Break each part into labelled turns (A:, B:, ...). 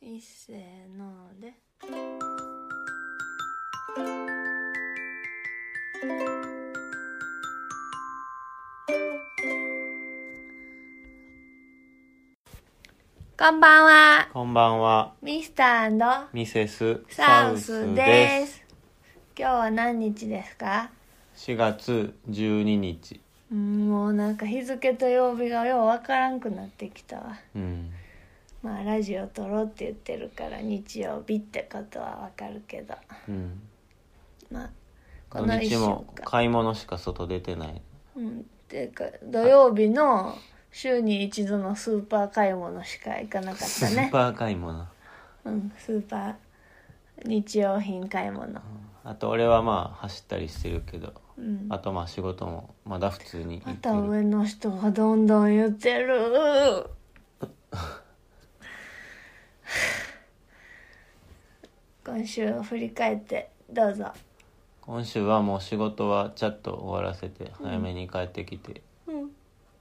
A: いっせーのでこんばんは
B: こんばんは、
A: ミスター
B: ミセス
A: サウスで。す今日は何日ですか
B: 4月12日。
A: うんもうなんか日付と曜日がようわからんくなってきたわ
B: うん。
A: まあラジオ撮ろうって言ってるから日曜日ってことはわかるけど
B: うん。
A: まあこ
B: 土
A: の一
B: 日
A: 週間
B: も買い物しか外出てない。
A: うんていうか土曜日の週に一度のスーパー買い物しか行かなかっ
B: ス
A: た
B: ー
A: ね
B: パー買い物。
A: うん、スーパー日用品買い物
B: あと俺はまあ走ったりしてるけど、
A: うん
B: あとまあ仕事もまだ普通に行
A: ま
B: って
A: た
B: る。
A: 上の人がどんどん言ってる今週を振り返ってどうぞ
B: 今週はもう仕事はちゃっと終わらせて早めに帰ってきて、
A: うん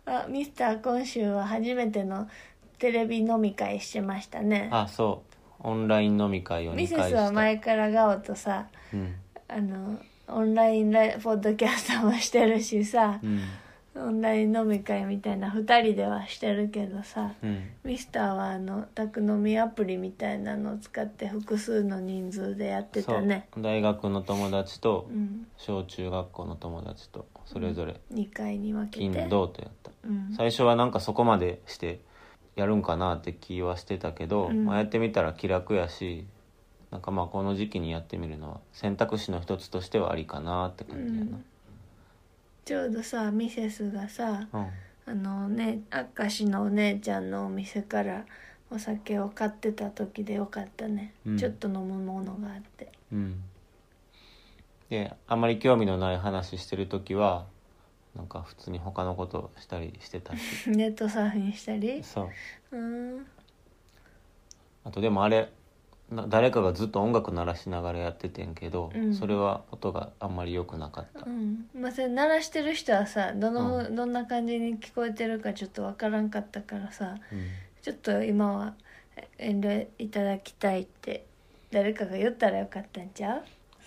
A: あミスター今週は初めてのテレビ飲み会してましたね
B: あそうオンライン飲み会を
A: ミ
B: 2
A: セ
B: 回し
A: ス
B: た
A: は前からガオとさ
B: うん、
A: あのオンラインライポッドキャストもしてるしさ
B: うん
A: オンライン飲み会みたいな2人ではしてるけどさ
B: うん、
A: ミスターはあの宅飲みアプリみたいなのを使って複数の人数でやってたね
B: そう大学の友達と
A: うん
B: 小中学校の友達とそれぞれ
A: 2回に分けて
B: 金土とやった、
A: うん、
B: 最初はなんかそこまでしてやるんかなって気はしてたけど、
A: うん
B: まあ、やってみたら気楽やしなんかまあこの時期にやってみるのは選択肢の一つとしてはありかなって
A: う
B: 感じや
A: ん、ちょうどさミセスがさ
B: な
A: あのね明石のお姉ちゃんのお店からお酒を買ってた時でよかったね、
B: うん
A: ちょっと飲むものがあって
B: うん、うん、であまり興味のない話してる時はなんか普通に他のことしたりしてた し
A: ネットサーフィンしたり
B: そう
A: うーん
B: あとでもあれな誰かがずっと音楽鳴らしながらやっててんけど、
A: うん
B: それは音があんまり良くなかった
A: うんまあそれ鳴らしてる人はさどの、
B: う
A: どんな感じに聞こえてるかちょっとわからんかったからさ
B: うん
A: ちょっと今はえ遠慮いただきたいって誰かが言ったらよかったんちゃう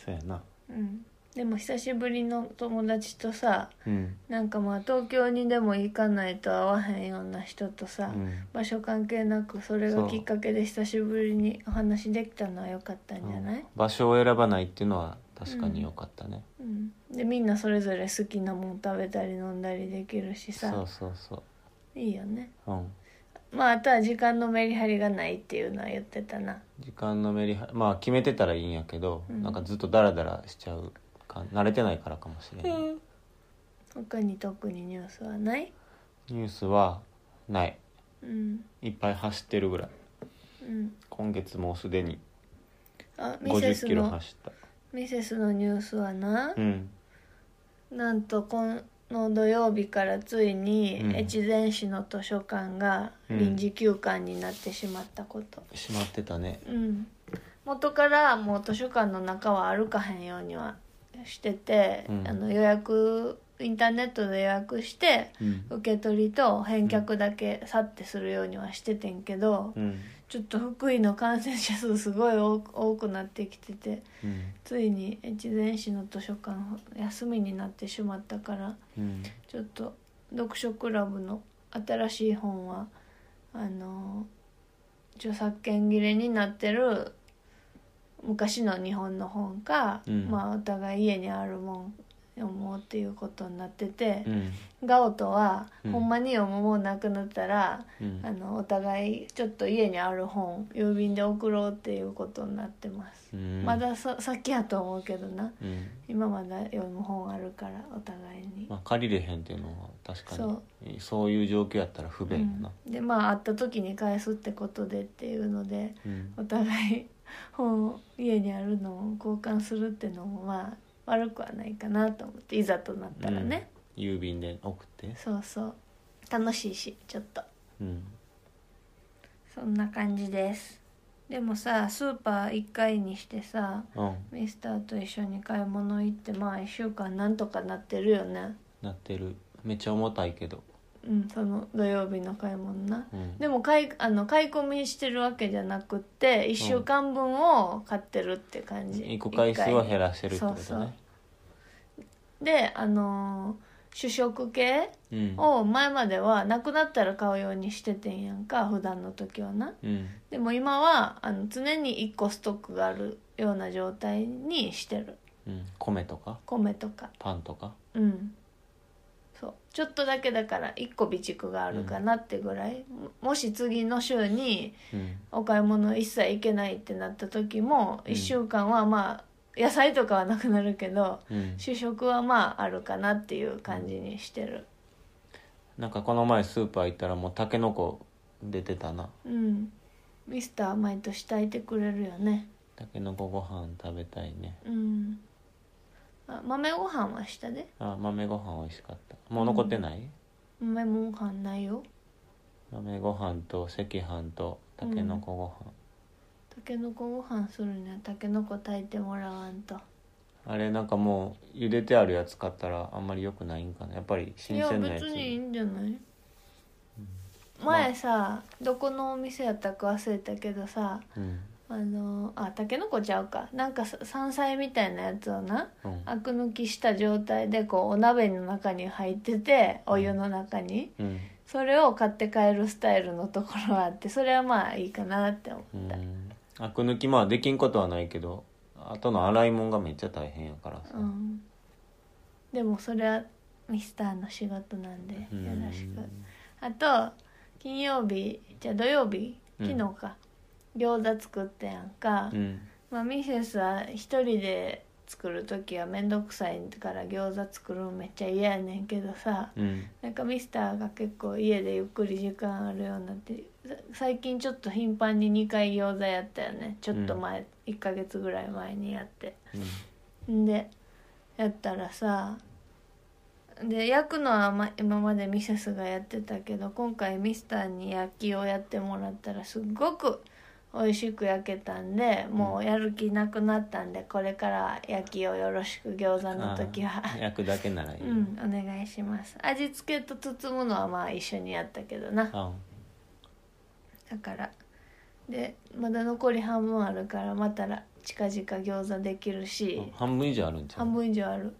B: そうやな
A: うんでも久しぶりの友達とさ
B: うん、
A: なんかまあ東京にでも行かないと会わへんような人と
B: う
A: さ、
B: ん
A: 場所関係なくそれがきっかけで久しぶりにお話できたのは良かったんじゃない、
B: 場所を選ばないっていうのは確かに良かったね、
A: うん、でみんなそれぞれ好きなもん食べたり飲んだりできるし
B: そう
A: さ
B: そうそ
A: いいよね
B: う、うん、
A: まああとは時間のメリハリがないっていうのは言ってたな
B: 時間のメリハリまあ決めてたらいいんやけど、
A: うん
B: なんかずっとダラダラしちゃうか慣れてないからかもしれない、
A: 他に特にニュースはない
B: ニュースはない
A: うん
B: いっぱい走ってるぐらい
A: うん
B: 今月もうすでに
A: あミセ
B: 50
A: ス
B: キロ
A: の
B: 走った
A: ミセスのニュースはな
B: う、ん
A: なんとこの土曜日からついに
B: うん
A: 越前市の図書館が臨時休館になってしまったこと、
B: しまってたね
A: うん、元からもう図書館の中は歩かへんようにはしてて、
B: うん
A: あの予約インターネットで予約して
B: うん、
A: 受け取りと返却だけ去ってするようにはしててんけど、
B: うん
A: ちょっと福井の感染者数すごい多く多くなってきてて
B: うん
A: ついに越前市の図書館休みになってしまったから
B: うん、
A: ちょっと読書クラブの新しい本はあの著作権切れになってる昔の日本の本か、
B: うん
A: まあお互い家にあるもん読もうっていうことになってて
B: う、ん
A: ガオとは、
B: うん
A: ほんまに読むもんなくなったら
B: うん
A: あのお互いちょっと家にある本郵便で送ろうっていうことになってます、
B: うん
A: まださ先やと思うけどな
B: うん
A: 今まだ読む本あるからお互いに。
B: まあ、借りれへんっていうのは確か
A: そ
B: にそういう状況やったら不便やな、
A: うん、でまあ会った時に返すってことでっていうので
B: うん
A: お互い 本を家にあるのを交換するってのもまあ悪くはないかなと思っていざとなったらね、
B: うん郵便で送って、
A: そうそう楽しいしちょっと
B: うん、
A: そんな感じですでもさスーパー1回にしてさ
B: うん
A: ミスターと一緒に買い物行ってまあ1週間なんとかなってるよね
B: なってるめっちゃ重たいけど
A: ううん、その土曜日の買い物な
B: うん、
A: でも買いあの買い込みしてるわけじゃなくって1週間分を買ってるって感じ、
B: 行く回数を減らしてるってことね
A: そうそうであのー主食系
B: うん
A: を前まではなくなったら買うようにしててんやんか普段の時はな
B: うん
A: でも今はあの常に1個ストックがあるような状態にしてる
B: うん、米とか
A: 米とか
B: パンとか
A: うんそうちょっとだけだから1個備蓄があるかなってぐらい、ももし次の週に
B: うん
A: お買い物一切行けないってなった時も
B: うん
A: 1週間はまあ野菜とかはなくなるけど
B: うん
A: 主食はまああるかなっていう感じにしてる
B: なんかこの前スーパー行ったらもうタケノコ出てたな
A: うんミスター毎年炊いてくれるよね
B: タケノコご飯食べたいね
A: うんあ豆ご飯はしたで
B: あ豆ご飯美味しかったもう残ってない、
A: 豆もご飯ないよ
B: 豆ご飯と赤飯とタケノコご飯、
A: たけのこご飯するにはたけのこ炊いてもらわんと
B: あれなんかもう茹でてあるやつ買ったらあんまり良くないんかなやっぱり
A: い
B: 新
A: や
B: 鮮なやつ
A: 別にいいんじゃない
B: まあ
A: 前さどこのお店やったか忘れたけどさ
B: うん
A: あのあたけのこちゃうかなんかさ山菜みたいなやつをな
B: うん
A: アク抜きした状態でこうお鍋の中に入っててお湯の中に
B: うん
A: それを買って帰るスタイルのところはあってそれはまあいいかなって思
B: う
A: った、
B: んアク抜きまあできんことはないけど後の洗い物がめっちゃ大変やからさ、
A: うん、でもそれはミスターの仕事なんでよ
B: うん
A: ろしくあと金曜日じゃあ土曜日
B: うん
A: 昨日か、餃子作ってやんか、
B: うん
A: まあ、ミセスは一人で作る時は面倒くさいから餃子作るのめっちゃ嫌やねんけどさ
B: うん
A: なんかミスターが結構家でゆっくり時間あるようになってさ最近ちょっと頻繁に2回餃子やったよねちょっと前、1ヶ月ぐらい前にやって
B: うん
A: んでやったらさで焼くのは、ま、今までミセスがやってたけど今回ミスターに焼きをやってもらったらすっごく美味しく焼けたんでもうやる気なくなったんでこれから焼きをよろしく餃子の時は
B: あー焼くだけならいいうよ、
A: んお願いします味付けと包むのはまあ一緒にやったけどな
B: あ
A: だからでまだ残り半分あるからまたら近々餃子できるし
B: 半分以上あるんちゃ
A: 半
B: う
A: 分以上ある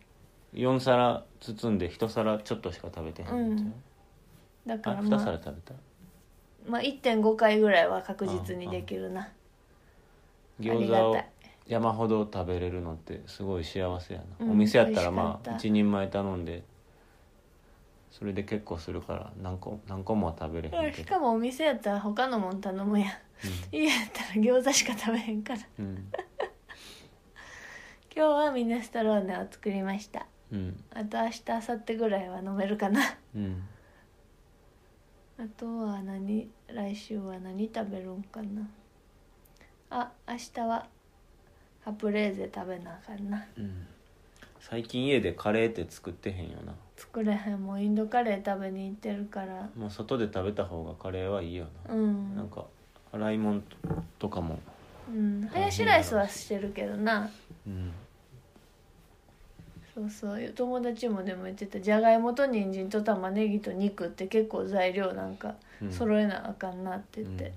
B: 4皿包んで1皿ちょっとしか食べてへんんちゃう、
A: だ
B: あ
A: から
B: 2
A: ま
B: 皿
A: あ、
B: 食べた
A: まあ、1.5回ぐらいは確実にできるな、あり
B: 餃
A: が
B: 子を
A: たい
B: 山ほど食べれるのってすごい幸せやな、
A: うん
B: お店やったらま
A: 美味しか
B: あ
A: った
B: 一人前頼んでそれで結構するから何個何個もは食べれへんけ
A: し
B: ど
A: かもお店やったら他のもん頼むやん家やったら餃子しか食べへんから
B: うんうん
A: 今日はミネストローネを作りました
B: うん
A: あと明日明後日ぐらいは飲めるかな
B: うん
A: あとは何来週は何食べるんかなあ明日はカプレーゼ食べなあかんな
B: うん最近家でカレーって作ってへんよな
A: 作れへんもうインドカレー食べに行ってるから
B: もう外で食べた方がカレーはいいよな、
A: うん
B: なんか洗い物とかも
A: うんハヤシライスはしてるけどな
B: うん
A: そうそう友達もでも言ってたじゃがいもと人参と玉ねぎと肉って結構材料なんか
B: うん
A: 揃えなあかんなって言って、
B: うん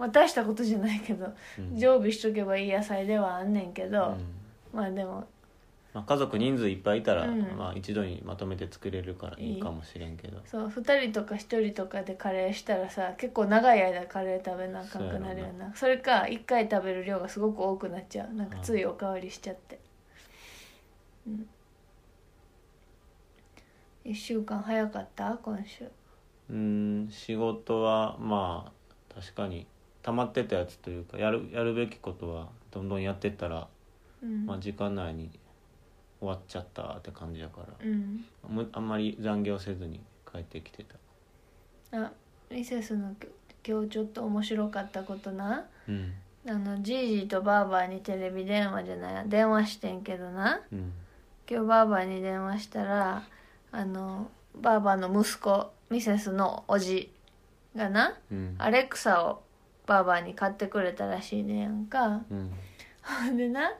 A: まあ大したことじゃないけど、
B: うん
A: 常備しとけばいい野菜ではあんねんけど、
B: うん
A: まあでも
B: まあ、家族人数いっぱいいたら、
A: うん
B: まあ、一度にまとめて作れるからいいかもしれんけど
A: そう2人とか1人とかでカレーしたらさ結構長い間カレー食べなあかんくなるよ
B: そう
A: なそれか1回食べる量がすごく多くなっちゃうなんかついおかわりしちゃってうん1週間早かった今週
B: うん仕事はまあ確かに溜まってたやつというかやるやるべきことはどんどんやってったら、
A: うん、
B: まあ、時間内に終わっちゃったって感じやから、
A: うん
B: もうあんまり残業せずに帰ってきてた
A: あミセスのきょ今日ちょっと面白かったことな
B: うん
A: あのじいじとばあばにテレビ電話じゃないや電話してんけどな
B: うん
A: 今日ばあばに電話したらあのばあばの息子ミセスのおじがな
B: うん
A: アレクサをばあばに買ってくれたらしいねやんか
B: うん
A: ほんでな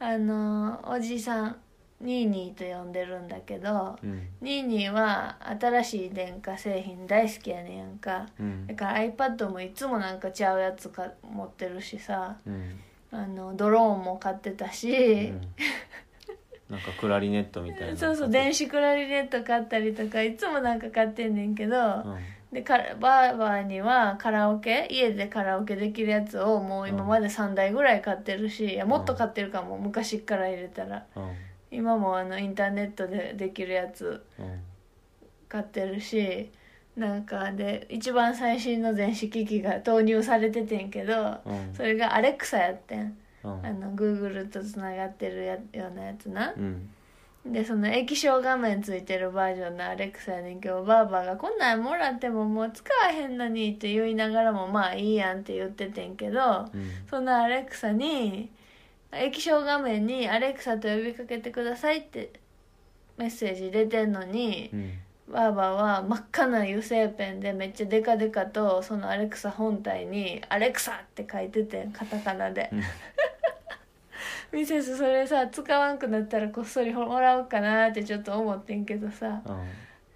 A: あのおじさんニーニーと呼んでるんだけど
B: うん
A: ニーニーは新しい電化製品大好きやねんか
B: うん
A: だから iPad もいつもなんかちゃうやつか持ってるしさ
B: うん
A: あのドローンも買ってたし、
B: なんかクラリネットみたいな
A: そうそう電子クラリネット買ったりとかいつもなんか買ってんねんけど、
B: うん
A: でかバーバーにはカラオケ家でカラオケできるやつをもう今まで3台ぐらい買ってるし、いやもっと買ってるかも昔っから入れたら
B: うん
A: 今もあのインターネットでできるやつ
B: うん
A: 買ってるしなんかで一番最新の電子機器が投入されててんけど
B: うん
A: それがアレクサやってん
B: うん
A: あの Google とつながってるやようなやつな
B: うん
A: でその液晶画面ついてるバージョンのアレクサやねんけどばあばが「こんなんもらってももう使わへんのに」って言いながらも「まあいいやん」って言っててんけど
B: うん
A: そのアレクサに液晶画面に「アレクサと呼びかけてください」ってメッセージ出てんのに
B: うん
A: ばあばは真っ赤な油性ペンでめっちゃデカデカとそのアレクサ本体に「アレクサ!」って書いててんカタカナで
B: うん
A: ミセスそれさ使わんくなったらこっそりもらおうかなってちょっと思ってんけどさ
B: うん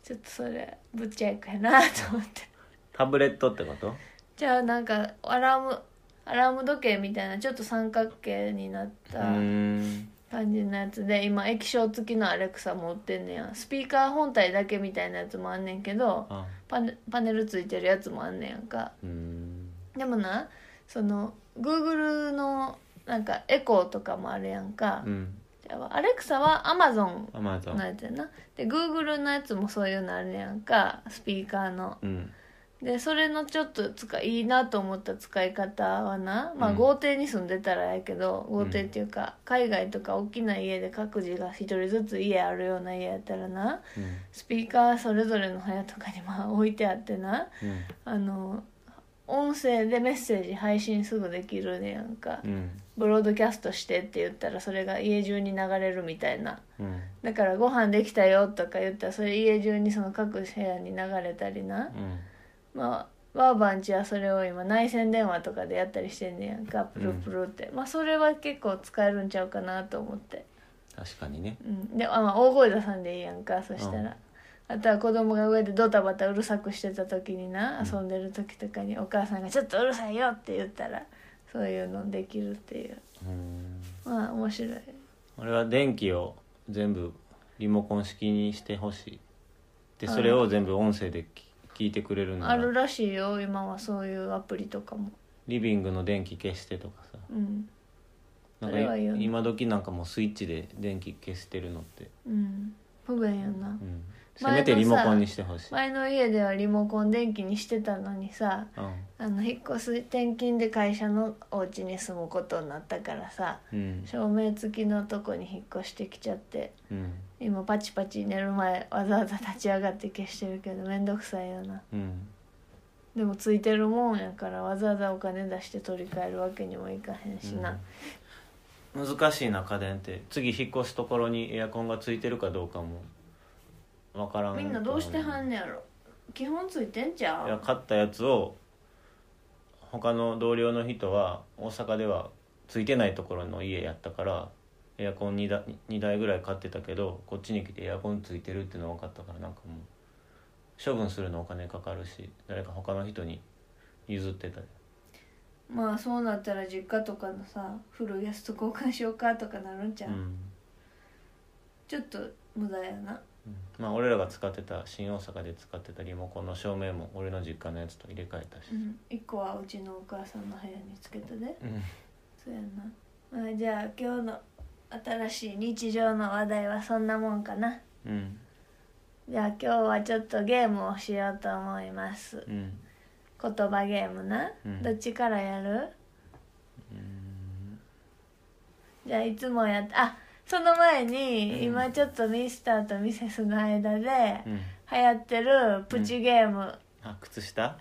A: ちょっとそれぶっちゃいかやなと思って
B: タブレットってこと
A: じゃあなんかアラームアラーム時計みたいなちょっと三角形になっ
B: う
A: た
B: ーん
A: 感じのやつで今液晶付きのアレクサも売ってんねやスピーカー本体だけみたいなやつもあんねんけど
B: あ
A: パネパネルついてるやつもあんねやんか
B: うーん
A: でもなその Google のなんかエコーとかもあるやんか、
B: うん
A: じゃあアレクサは Amazon
B: アマゾ
A: の
B: ン
A: やつやなで Google のやつもそういうのあるやんかスピーカーの
B: うん
A: でそれのちょっと使いいなと思った使い方はなまあ
B: うん
A: 豪邸に住んでたらやけど、
B: う
A: 豪
B: ん
A: 邸っていうか海外とか大きな家で各自が一人ずつ家あるような家やったらな
B: うん
A: スピーカーそれぞれの部屋とかにまあ置いてあってな
B: うん
A: あの音声でメッセージ配信すぐできるねやんか、
B: うん
A: ブロードキャストしてって言ったらそれが家中に流れるみたいな
B: うん
A: だからご飯できたよとか言ったらそれ家中にその各部屋に流れたりな、
B: うん
A: まあバーバンチはそれを今内線電話とかでやったりしてんねやんかプルプルって、まあそれは結構使えるんちゃうかなと思って、
B: 確かにね
A: うん、であ、まあ、大声出さんでいいやんかそしたら、あとは子供が上でドタバタうるさくしてた時にな
B: うん
A: 遊んでる時とかにお母さんが「ちょっとうるさいよ」って言ったらそういうのできるっていう
B: うーん
A: まあ面白い
B: 俺は電気を全部リモコン式にしてほしいでそれを全部音声でき聞いてくれるん
A: あ
B: だ
A: るらしいよ今はそういうアプリとかも
B: リビングの電気消してとかさ
A: うん
B: なん
A: それ
B: か
A: はいいよね
B: 今時なんかもうスイッチで電気消してるのって、
A: うん不便やな
B: うん、せ
A: 前のさ
B: めてリモコンにしてほしい、
A: 前の家ではリモコン電気にしてたのにさあの引っ越す転勤で会社のお家に住むことになったからさ
B: うんうん
A: 照明付きのとこに引っ越してきちゃって
B: うん
A: 今パチパチ寝る前わざわざ立ち上がって消してるけどめんどくさいよな
B: うん
A: でもついてるもんやからわざわざお金出して取り替えるわけにもいかへんしな、
B: うん難しいな家電って次引っ越すところにエアコンがついてるかどうかもわからん
A: みんなどうしてはん
B: ね
A: ねやろ基本ついてんじゃ
B: いや
A: ん
B: 買ったやつを他の同僚の人は大阪ではついてないところの家やったからエアコン 2, だ2台ぐらい買ってたけどこっちに来てエアコンついてるっての分かったからなんかもう処分するのお金かかるし誰か他の人に譲ってた
A: まあそうなったら実家とかのさ古いやつと交換しようかとかなるんじゃ、
B: うんん、
A: ちょっと無駄やな
B: うんまあ俺らが使ってた新大阪で使ってたリモコンの照明も俺の実家のやつと入れ替えたし
A: う、ん、1個はうちのお母さんの部屋につけたで
B: うん
A: そうやな、まあ、じゃあ今日の新しい日常の話題はそんなもんかな
B: うん
A: じゃあ今日はちょっとゲームをしようと思います
B: うん
A: 言葉ゲームな、
B: うん
A: どっちからやる
B: うん
A: じゃあいつもやっあその前に、
B: うん
A: 今ちょっとミスターとミセスの間で
B: うん
A: 流行ってるプチゲーム、
B: あ靴下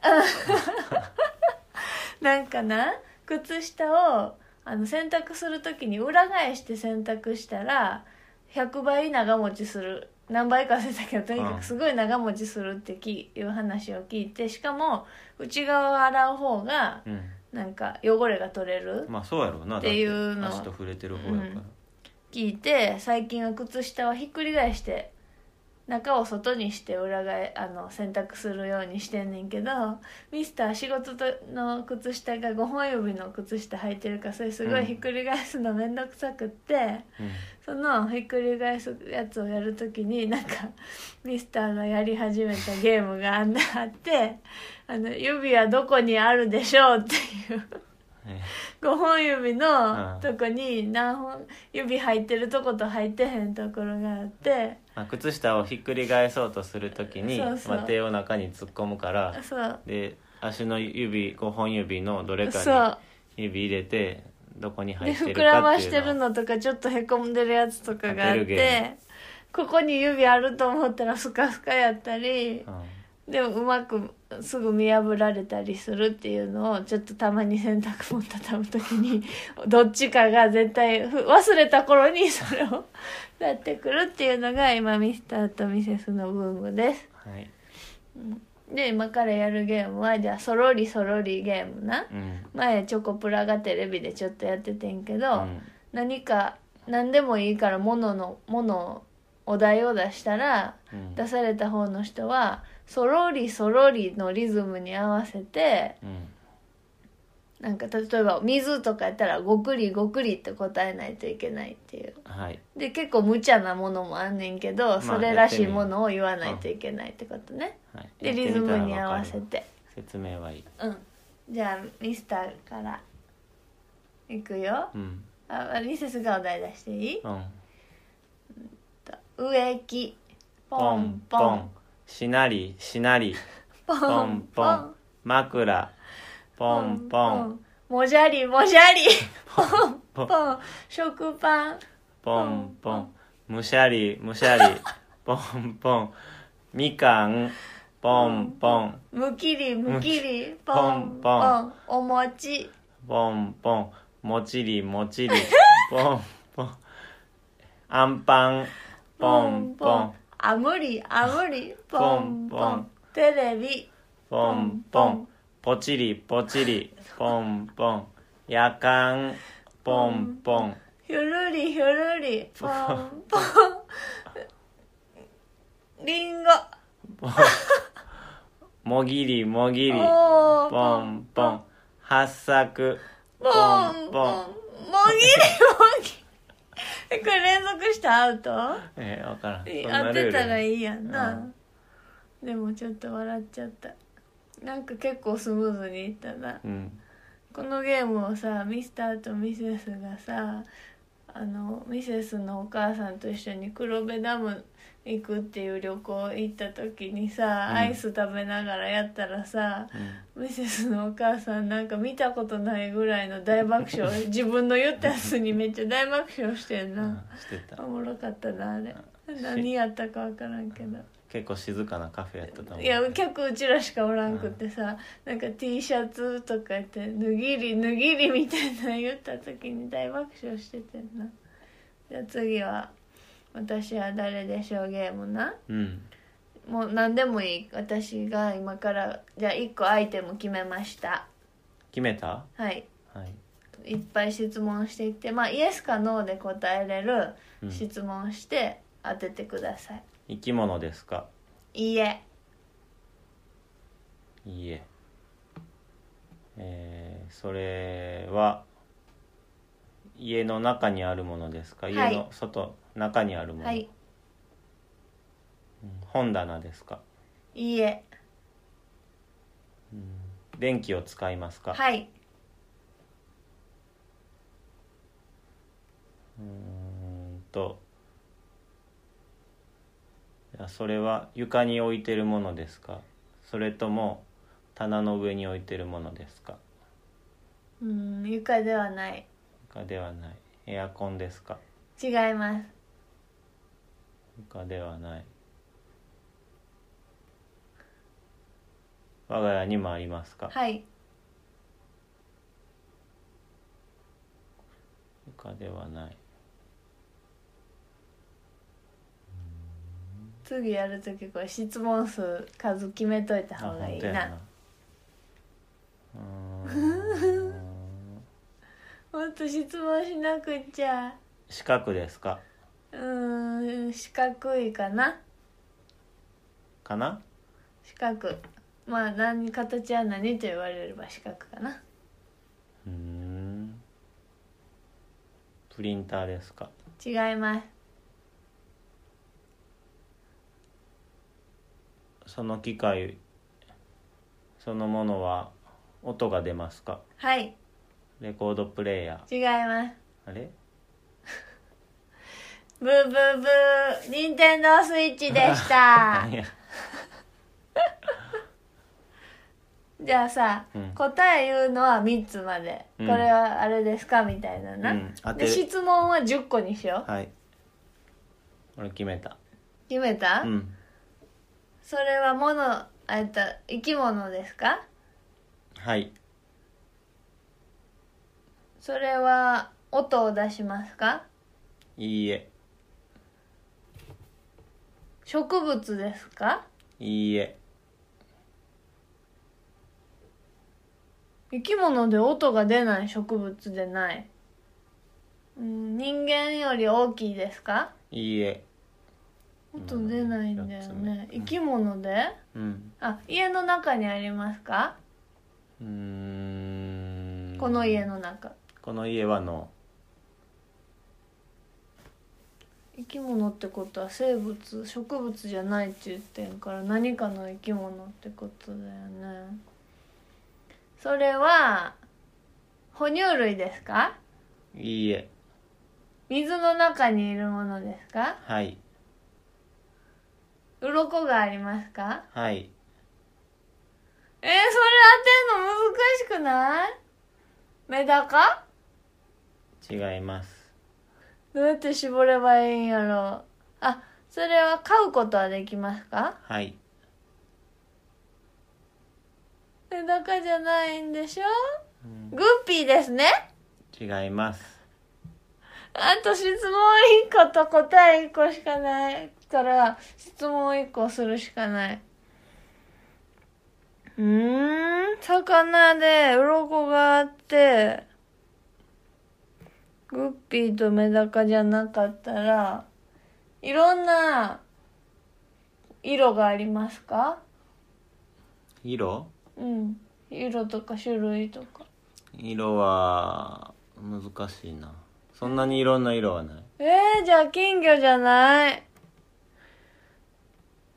A: なんかな靴下をあの洗濯する時に裏返して洗濯したら100倍長持ちする何倍か忘れたけどとにか
B: うん
A: くすごい長持ちするってき、いう話を聞いてしかも内側を洗う方が
B: うん
A: なんか汚れが取れる
B: まあそうやろうな
A: っていうの
B: だって足と触れてる方やから、
A: 聞いて最近は靴下はひっくり返して中を外にして裏返あの洗濯するようにしてんねんけどミスター仕事との靴下が5本指の靴下履いてるからそれすご
B: うん
A: いひっくり返すの面倒くさくって、
B: うん
A: そのひっくり返すやつをやるときになんかミスターがやり始めたゲームがあんなあってあの指はどこにあるでしょうっていう
B: え
A: 5本指
B: う
A: の
B: ん
A: とこに何本指入ってるとこと入ってへんところがあって
B: まあ、靴下をひっくり返そうとするときに
A: そうそう
B: まあ、手を中に突っ込むから
A: そう
B: で足の指5本指のどれ
A: そう
B: かに指入れてどこに入
A: で
B: ってる
A: 膨
B: からっ
A: ま
B: てい
A: して
B: う
A: る
B: のを
A: のとかちょっとへこんでるやつとかがあっ
B: 当てるゲ
A: てここに指あると思ったらスカスカやったり
B: うん
A: でもうまくすぐ見破られたりするっていうのをちょっとたまに洗濯物畳む時に どっちかが絶対ふ忘れた頃にそれを やってくるっていうのが今ミスターとミセスのブームです。
B: はい
A: で今からやるゲームはじゃあそろりそろりゲームな
B: うん
A: 前チョコプラがテレビでちょっとやっててんけど、
B: うん
A: 何か何でもいいから物の物お題を出したら
B: うん
A: 出された方の人はそろりそろりのリズムに合わせて
B: うん
A: なんか例えば水とかやったらごくりごくりって答えないといけないっていう
B: はい
A: で結構無茶なものもあんねんけど、
B: あ
A: それらしいものを言わないといけないってことね、
B: はい
A: でリズムに合わせ
B: やってみた
A: て
B: らわかる説明はいい
A: うんじゃあミスターからいくよ
B: うん
A: あミセスがお題出していい
B: うん
A: 植木ポ
B: ポ
A: ン
B: ン
A: ポン
B: ポンしなりしなり
A: ポン
B: ポンポン枕ポンポン
A: もじゃりもじゃりポン
B: ポン
A: ポン食パン
B: ポンポンむしゃりむしゃり ポンポンみかんポンポン
A: むきりむきりポン
B: ン
A: ポ
B: ポ
A: ン
B: ン
A: お餅
B: ポンポンもちりも ちりポンポンあんパンポンポン
A: あむりあむりポ
B: ポ
A: ン
B: ン
A: ポ
B: ポン
A: ンテレビ
B: ポンポンぽちりぽちりポンポンやかんポンポン
A: ひゅるりひゅるりポンポンりんご
B: もぎりもぎり
A: おー
B: ポンポンはっさく
A: ポ
B: ポ
A: ン
B: ン
A: ポン
B: ポ
A: も
B: ン
A: ぎりもぎりえこれ連続したアウト
B: えー、分からんそんな
A: 当てたら
B: ルール
A: いいやんな、でもちょっと笑っちゃったなんか結構スムーズにいったな
B: うん
A: このゲームをさミスターとミセスがさあのミセスのお母さんと一緒に黒部ダム行くっていう旅行行った時にさ、
B: うん
A: アイス食べながらやったらさ
B: うん
A: ミセスのお母さんなんか見たことないぐらいの大爆笑 自分の言ったやつにめっちゃ大爆笑してんな、
B: うんしてた
A: おもろかったなあれ
B: うん
A: 何やったか分からんけど
B: 結構静かなカフェやったと思う
A: いや客うちらしかおらんくってさ、なんか T シャツとかやって「脱ぎり脱ぎり」みたいなの言った時に大爆笑しててんなじゃあ次は「私は誰でしょうゲームな」
B: うん
A: もう何でもいい私が今からじゃあ1個アイテム決めました
B: 決めた
A: はい
B: はい、
A: いっぱい質問していってまあイエスかノーで答えれる
B: うん、
A: 質問して当ててください、
B: 生き物ですか
A: いいえ
B: いいええー、それは家の中にあるものですか
A: はい
B: 家の外、中にあるもの、
A: はい
B: うん本棚ですか
A: いいえ
B: 電気を使いますか、
A: はいう
B: ーんといやそれは床に置いてるものですかそれとも棚の上に置いてるものですか
A: うん床ではない
B: 床ではないエアコンですか
A: 違います
B: 床ではない我が家にもありますか
A: はい
B: 床ではない
A: 次やるときこれ質問数数決めといた方がいいな
B: 本当やなうーん
A: もっと質問しなくっちゃ
B: 四角ですか
A: うーん四角いかな
B: かな
A: 四角まあ何形は何と言われれば四角かな
B: うーんプリンターですか
A: 違います
B: その機械そのものは音が出ますか
A: はい
B: レコードプレーヤ
A: 違います
B: ーあれ
A: ブーブーブー任天堂スイッチでした
B: 何や
A: じゃあさ、
B: うん
A: 答え言うのは3つまで、
B: うん
A: これはあれですかみたいなな、
B: うん当て
A: で
B: る
A: 質問は10個にしよう
B: はい俺決めた
A: 決めた、
B: うん
A: それはものえっと生き物ですか
B: はい
A: それは音を出しますか
B: いいえ
A: 植物ですか
B: いいえ
A: 生き物で音が出ない植物でない、うん、人間より大きいですか
B: いいえ
A: 音出ないんだよね
B: うん
A: 生き物で
B: うん
A: あ家の中にありますか
B: うーん
A: この家の中
B: この家はの
A: 生き物ってことは生物植物じゃないっていう点から何かの生き物ってことだよねそれは哺乳類ですか
B: いいえ
A: 水の中にいるものですか
B: はい
A: 鱗がありますか
B: はい
A: えー、それ当てんの難しくないメダカ
B: 違います
A: どうやって絞ればいいんやろあそれは飼うことはできますか
B: はい
A: メダカじゃないんでしょ
B: うん
A: グッピーですね
B: 違います
A: あと質問1個と答え1個しかないから質問1個するしかないうーん魚で鱗があってグッピーとメダカじゃなかったらいろんな色がありますか
B: 色
A: うん色とか種類とか
B: 色は難しいなそんなにいろんな色はない
A: えー、じゃあ金魚じゃない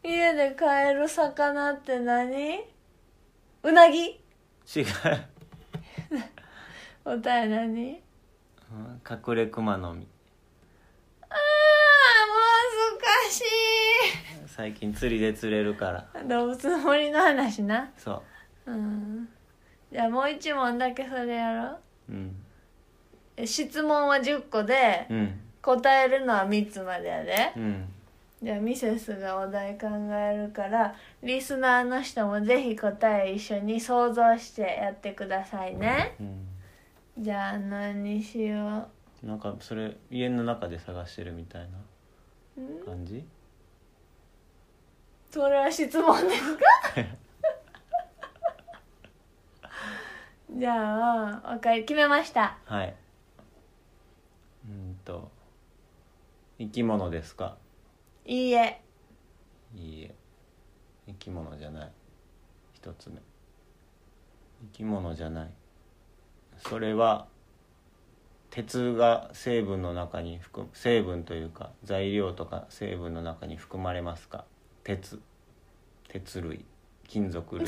A: 家で飼える魚って何うなぎ
B: 違う
A: 答え何
B: うん隠れ熊の実
A: あー難し
B: 最近釣りで釣れるから
A: い動物の森の話な
B: そ
A: うんじゃあもう一問だけそれやろう
B: ううん
A: え質問は10個で
B: うん
A: 答えるのは3つまでやで
B: うん
A: じゃあミセスがお題考えるからリスナーの人もぜひ答え一緒に想像してやってくださいね
B: うん
A: じゃあ何しよ
B: なんかそれ家の中で探してるみたいな
A: ううん
B: 感じ
A: それは質問ですか じゃあおかり決めました
B: はいうんと生き物ですか
A: いいえ
B: いいえ生き物じゃない一つ目生き物じゃないそれは鉄が成分の中に含む成分というか材料とか成分の中に含まれますか鉄鉄類金 属類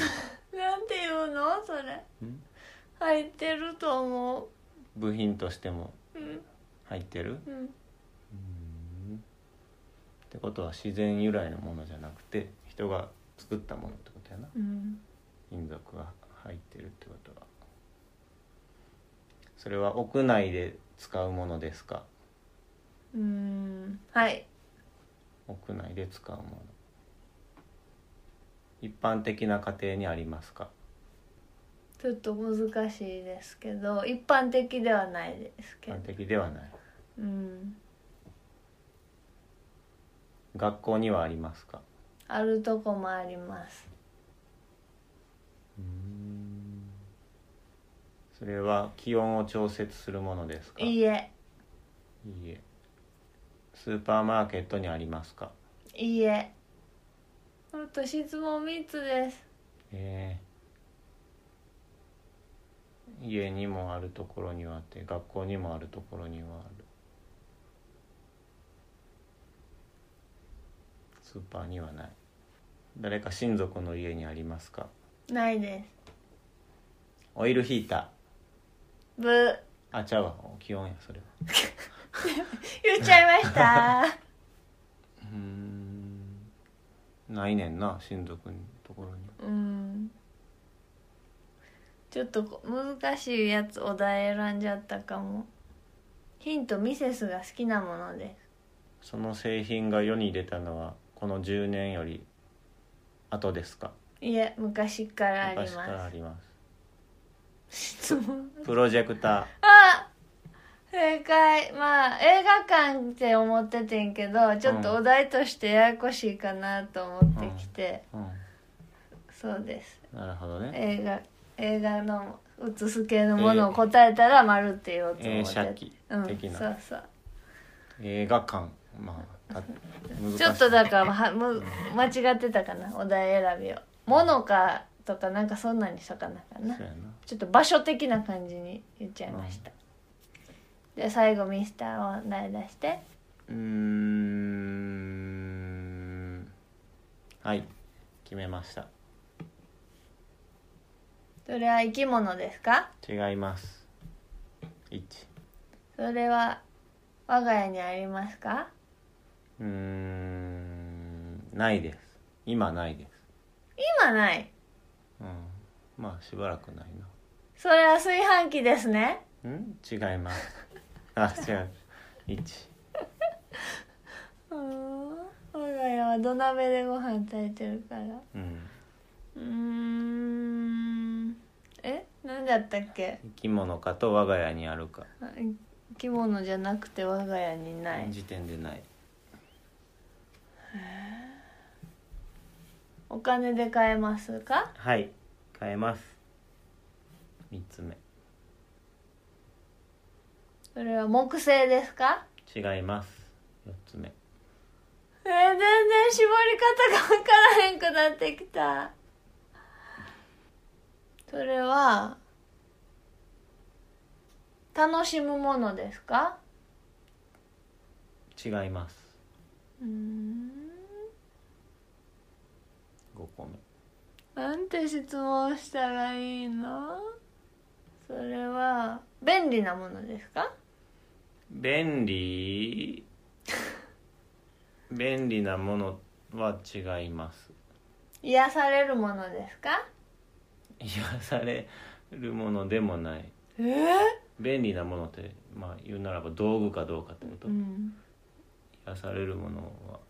A: なんて言うのそれ
B: ん
A: 入ってると思
B: 部品としても
A: ううん
B: 入ってる
A: うん
B: ってことは自然由来のものじゃなくて人が作ったものってことやな
A: うん
B: 金属が入ってるってことはそれは屋内で使うものですか
A: うんはい
B: 屋内で使うもの一般的な家庭にありますか
A: ちょっと難しいですけど一般的ではないですけ
B: 一
A: ど
B: 般的ではない
A: うん
B: 学校にはありますか
A: あるとこもあります
B: それは気温を調節するものですか
A: いいえ
B: いいえスーパーマーケットにありますか
A: いいえあと質問3つです
B: えー家にもあるところにはあって学校にもあるところにはあるスーパーにはない誰か親族の家にありますか
A: ないです
B: オイルヒータ
A: ブ
B: ーあちゃうわ気温やそれは
A: 言っちゃいました
B: うーんないねんな親族のところ に
A: うんちょっとこ難しいやつお題選んじゃったかもヒントミセスが好きなものです
B: その製品が世に出たのはこの10年より後ですか
A: いえ昔からありま
B: 昔からあ
A: す
B: ります
A: 質問
B: プロジェクタ
A: あ正解まあ映画館って思っててんけどちょっとお題としてややこしいかなと思ってきて、
B: ー、うん
A: そうです
B: なるほどね。
A: 映画映画の映す系のものを答えたら丸って言おうと思
B: 映
A: って、
B: 写機的
A: うん、そ
B: な、
A: うそう
B: 映画館まあた難しい
A: ちょっとだからはむ間違ってたかなお題選びを「ものか」とかなんかそんなにしたかなかな
B: そうやな
A: ちょっと場所的な感じに言っちゃいました、で最後ミスターを題出して
B: うーんはい決めました
A: それは生き物ですか
B: 違います一
A: それは我が家にありますか
B: うーんないです今ないです
A: 今ない
B: うんまあしばらくない
A: それは炊飯器ですね
B: なん違います あ違う一
A: うーん我が家は土鍋でご飯炊いてるから
B: うん
A: うーんえ何だったっけ
B: 生き物かと我が家にあるか
A: あ生き物じゃなくて我が家にない
B: 時点でない
A: お金で買えますか
B: はい変えます3つ目
A: それは木製ですか
B: 違います4つ目
A: えー全然絞り方が分からへんくなってきたそれは楽しむものですか
B: 違います
A: うーん
B: 5個目
A: なんて質問したらいいのそれは便利なものですか
B: 便利 便利なものは違います
A: 癒されるものですか
B: 癒されるものでもない
A: え
B: 便利なものってまあ言うならば道具かどうかってこと、
A: うん、
B: 癒されるものは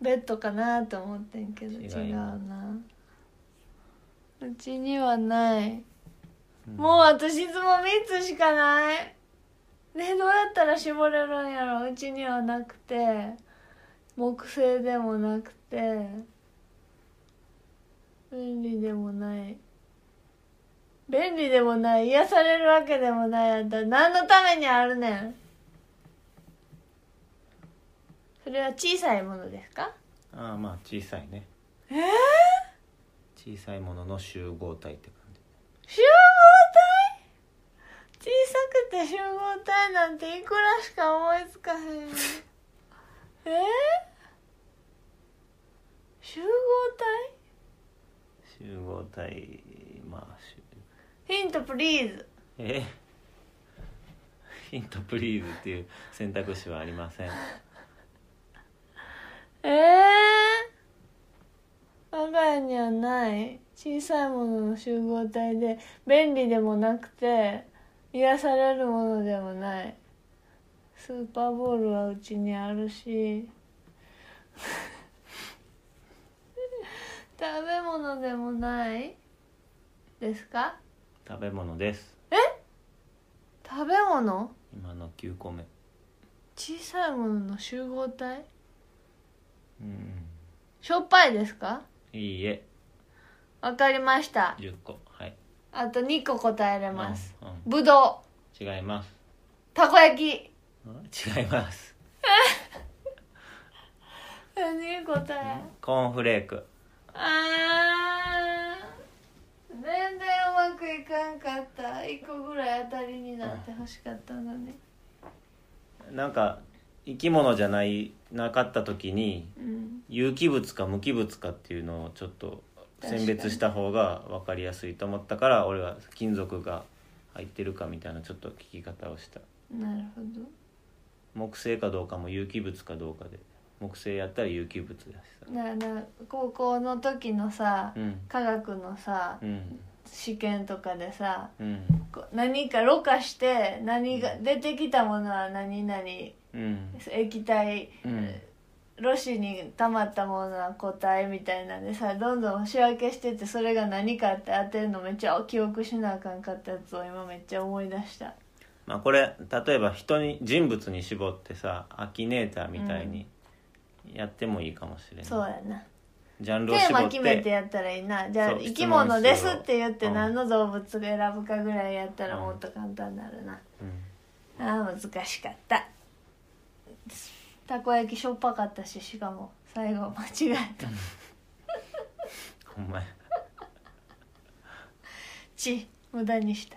A: ベッドかなと思ってんけど
B: 違い
A: 違
B: ます
A: うなうちにはない、
B: うん
A: もう私質問3つしかないねどうやったら絞れるんやろうちにはなくて木製でもなくて便利でもない便利でもない癒されるわけでもないやったら何のためにあるねんそれは小さいものですか
B: ああまあ小さいね小さいものの集合体って感じ
A: 集合体小さくて集合体なんていくらしか思いつかへんえー、集合
B: 集合体まあ集
A: 体ヒントプリーズ
B: え ヒントプリーズっていう選択肢はありません
A: えー、我が家にはない小さいものの集合体で便利でもなくて癒されるものでもないスーパーボールはうちにあるし 食べ物でもないですか
B: 食べ物です
A: 食べ物
B: 今の9個目
A: 小さいものの集合体
B: うん
A: しょっぱいですか
B: いいえ
A: わかりました
B: 10個はい
A: あと2個答えれます
B: うん
A: ぶどう
B: うん違います
A: たこ焼き
B: うん違います
A: 何答え
B: コーンフレーク
A: あー全然うまくいかんかった一個ぐらい当たりになってほしかったのに
B: なんか生き物じゃないなかった時に
A: うん
B: 有機物か無機物かっていうのをちょっと選別した方が分かりやすいと思ったから俺は金属が入ってるかみたいなちょっと聞き方をした
A: なるほど
B: 木星かどうかも有機物かどうかで木星やったら有機物だしさ
A: なな高校の時のさ、
B: うん
A: 科学のさ、
B: うん
A: 試験とかでさ
B: うん
A: こう何かろ過して何が出てきたものは何々
B: うん
A: 液体
B: うん
A: ろ紙に溜まったものは個体みたいなんでさどんどん仕分けしててそれが何かって当てるのめっちゃ記憶しなあかんかったやつを今めっちゃ思い出した
B: まあこれ例えば人に人物に絞ってさアキネーターみたいにやってもいいかもしれない、
A: そうやな
B: ジャン
A: テ
B: ルを
A: ー
B: 絞
A: マ
B: っ
A: 決めて
B: て
A: やったらいいなじゃあ
B: そう
A: 生き物です
B: 質問
A: って言って
B: うん
A: 何の動物選ぶかぐらいやったら
B: うん
A: もっと簡単になるな、
B: うん
A: あー難しかったたこ焼きしょっぱかったししかも最後間違えた
B: ほんまや
A: ち無駄にした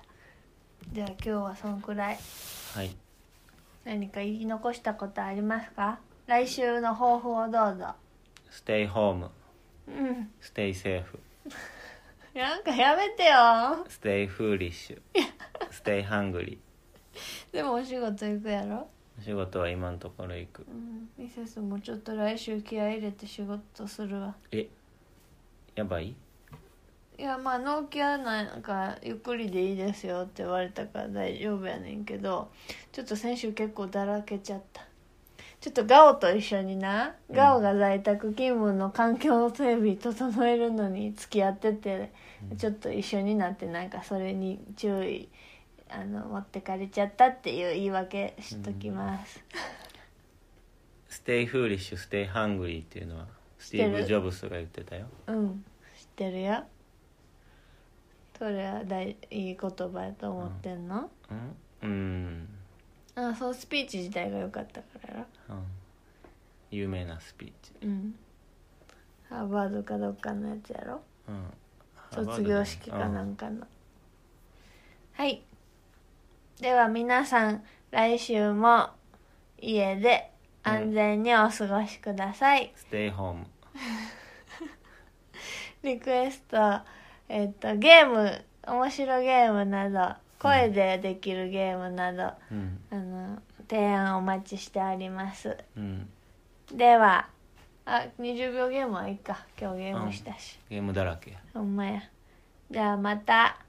A: じゃあ今日はそんくらい
B: はい
A: 何か言い残したことありますか来週の抱負をどうぞ
B: ステイホーム
A: うん
B: ステイセーフ
A: なんかやめてよ
B: ステイフーリッシュステイハングリ
A: でもお仕事行くやろ
B: ーお仕事は今のところ行く
A: うんミセスもちょっと来週気合い入れて仕事するわ
B: えやばい
A: いやまあ納期はなんかゆっくりでいいですよって言われたから大丈夫やねんけどちょっと先週結構だらけちゃったちょっとガオと一緒にな
B: うん
A: ガオが在宅勤務の環境整備整えるのに付き合ってて、
B: うん
A: ちょっと一緒になってなんかそれに注意あの持ってかれちゃったっていう言い訳しときます、
B: ステイフーリッシュステイハングリーっていうのはスティー
A: 知って
B: ブ・
A: る
B: ジョブスが言ってたよ
A: うん知ってるよそれは大いい言葉やと思ってんの、
B: うんうん、
A: あそのスピーチ自体が良かったからやろ
B: うん、有名なスピーチ、
A: うんハーバードかどっかのやつやろ
B: うん、
A: 卒業式かな
B: うん
A: んかのはいでは皆さん来週も家で安全にお過ごしください、
B: ステイホーム
A: リクエストえっとゲーム面白ゲームなど声でできるゲームなど、
B: うん
A: あの提案お待ちしております
B: うん
A: ではあ20秒ゲームはいいか今日ゲームしたし、
B: ゲームだらけや
A: ほんまやじゃあまた、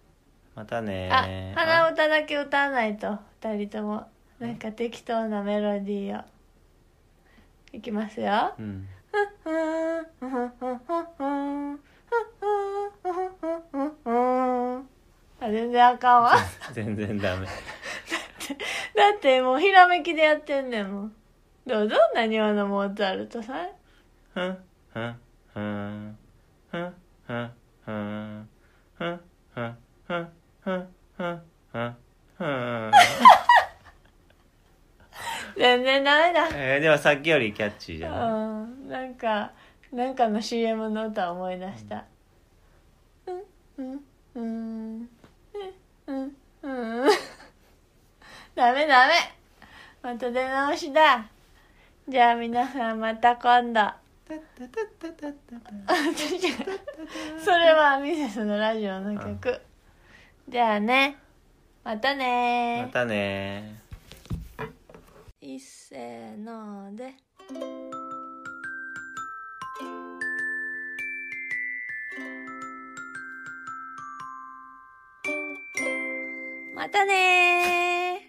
B: またねー
A: あ鼻
B: あ
A: 歌だけ歌わないと2人ともなんか適当なメロディーをいきますよ
B: うん
A: あ全然あかんわ
B: 全然ダメ
A: だってもうひらめきでやってんねんもんどうぞ何話のモーツァルトさん
B: ふんふんふんふんふんふんふんふんふんふんふんふんふん
A: 全然ダメだ
B: えーではさっきよりキャッチーじゃない
A: うんなんかなんかの CM の歌を思い出した「うんうんうんうんうんうん」ダメダメまた出直しだじゃあ皆さんまた今 度それはミセスのラジオの曲じゃあねまたね
B: またねー
A: いっせーのでまたねー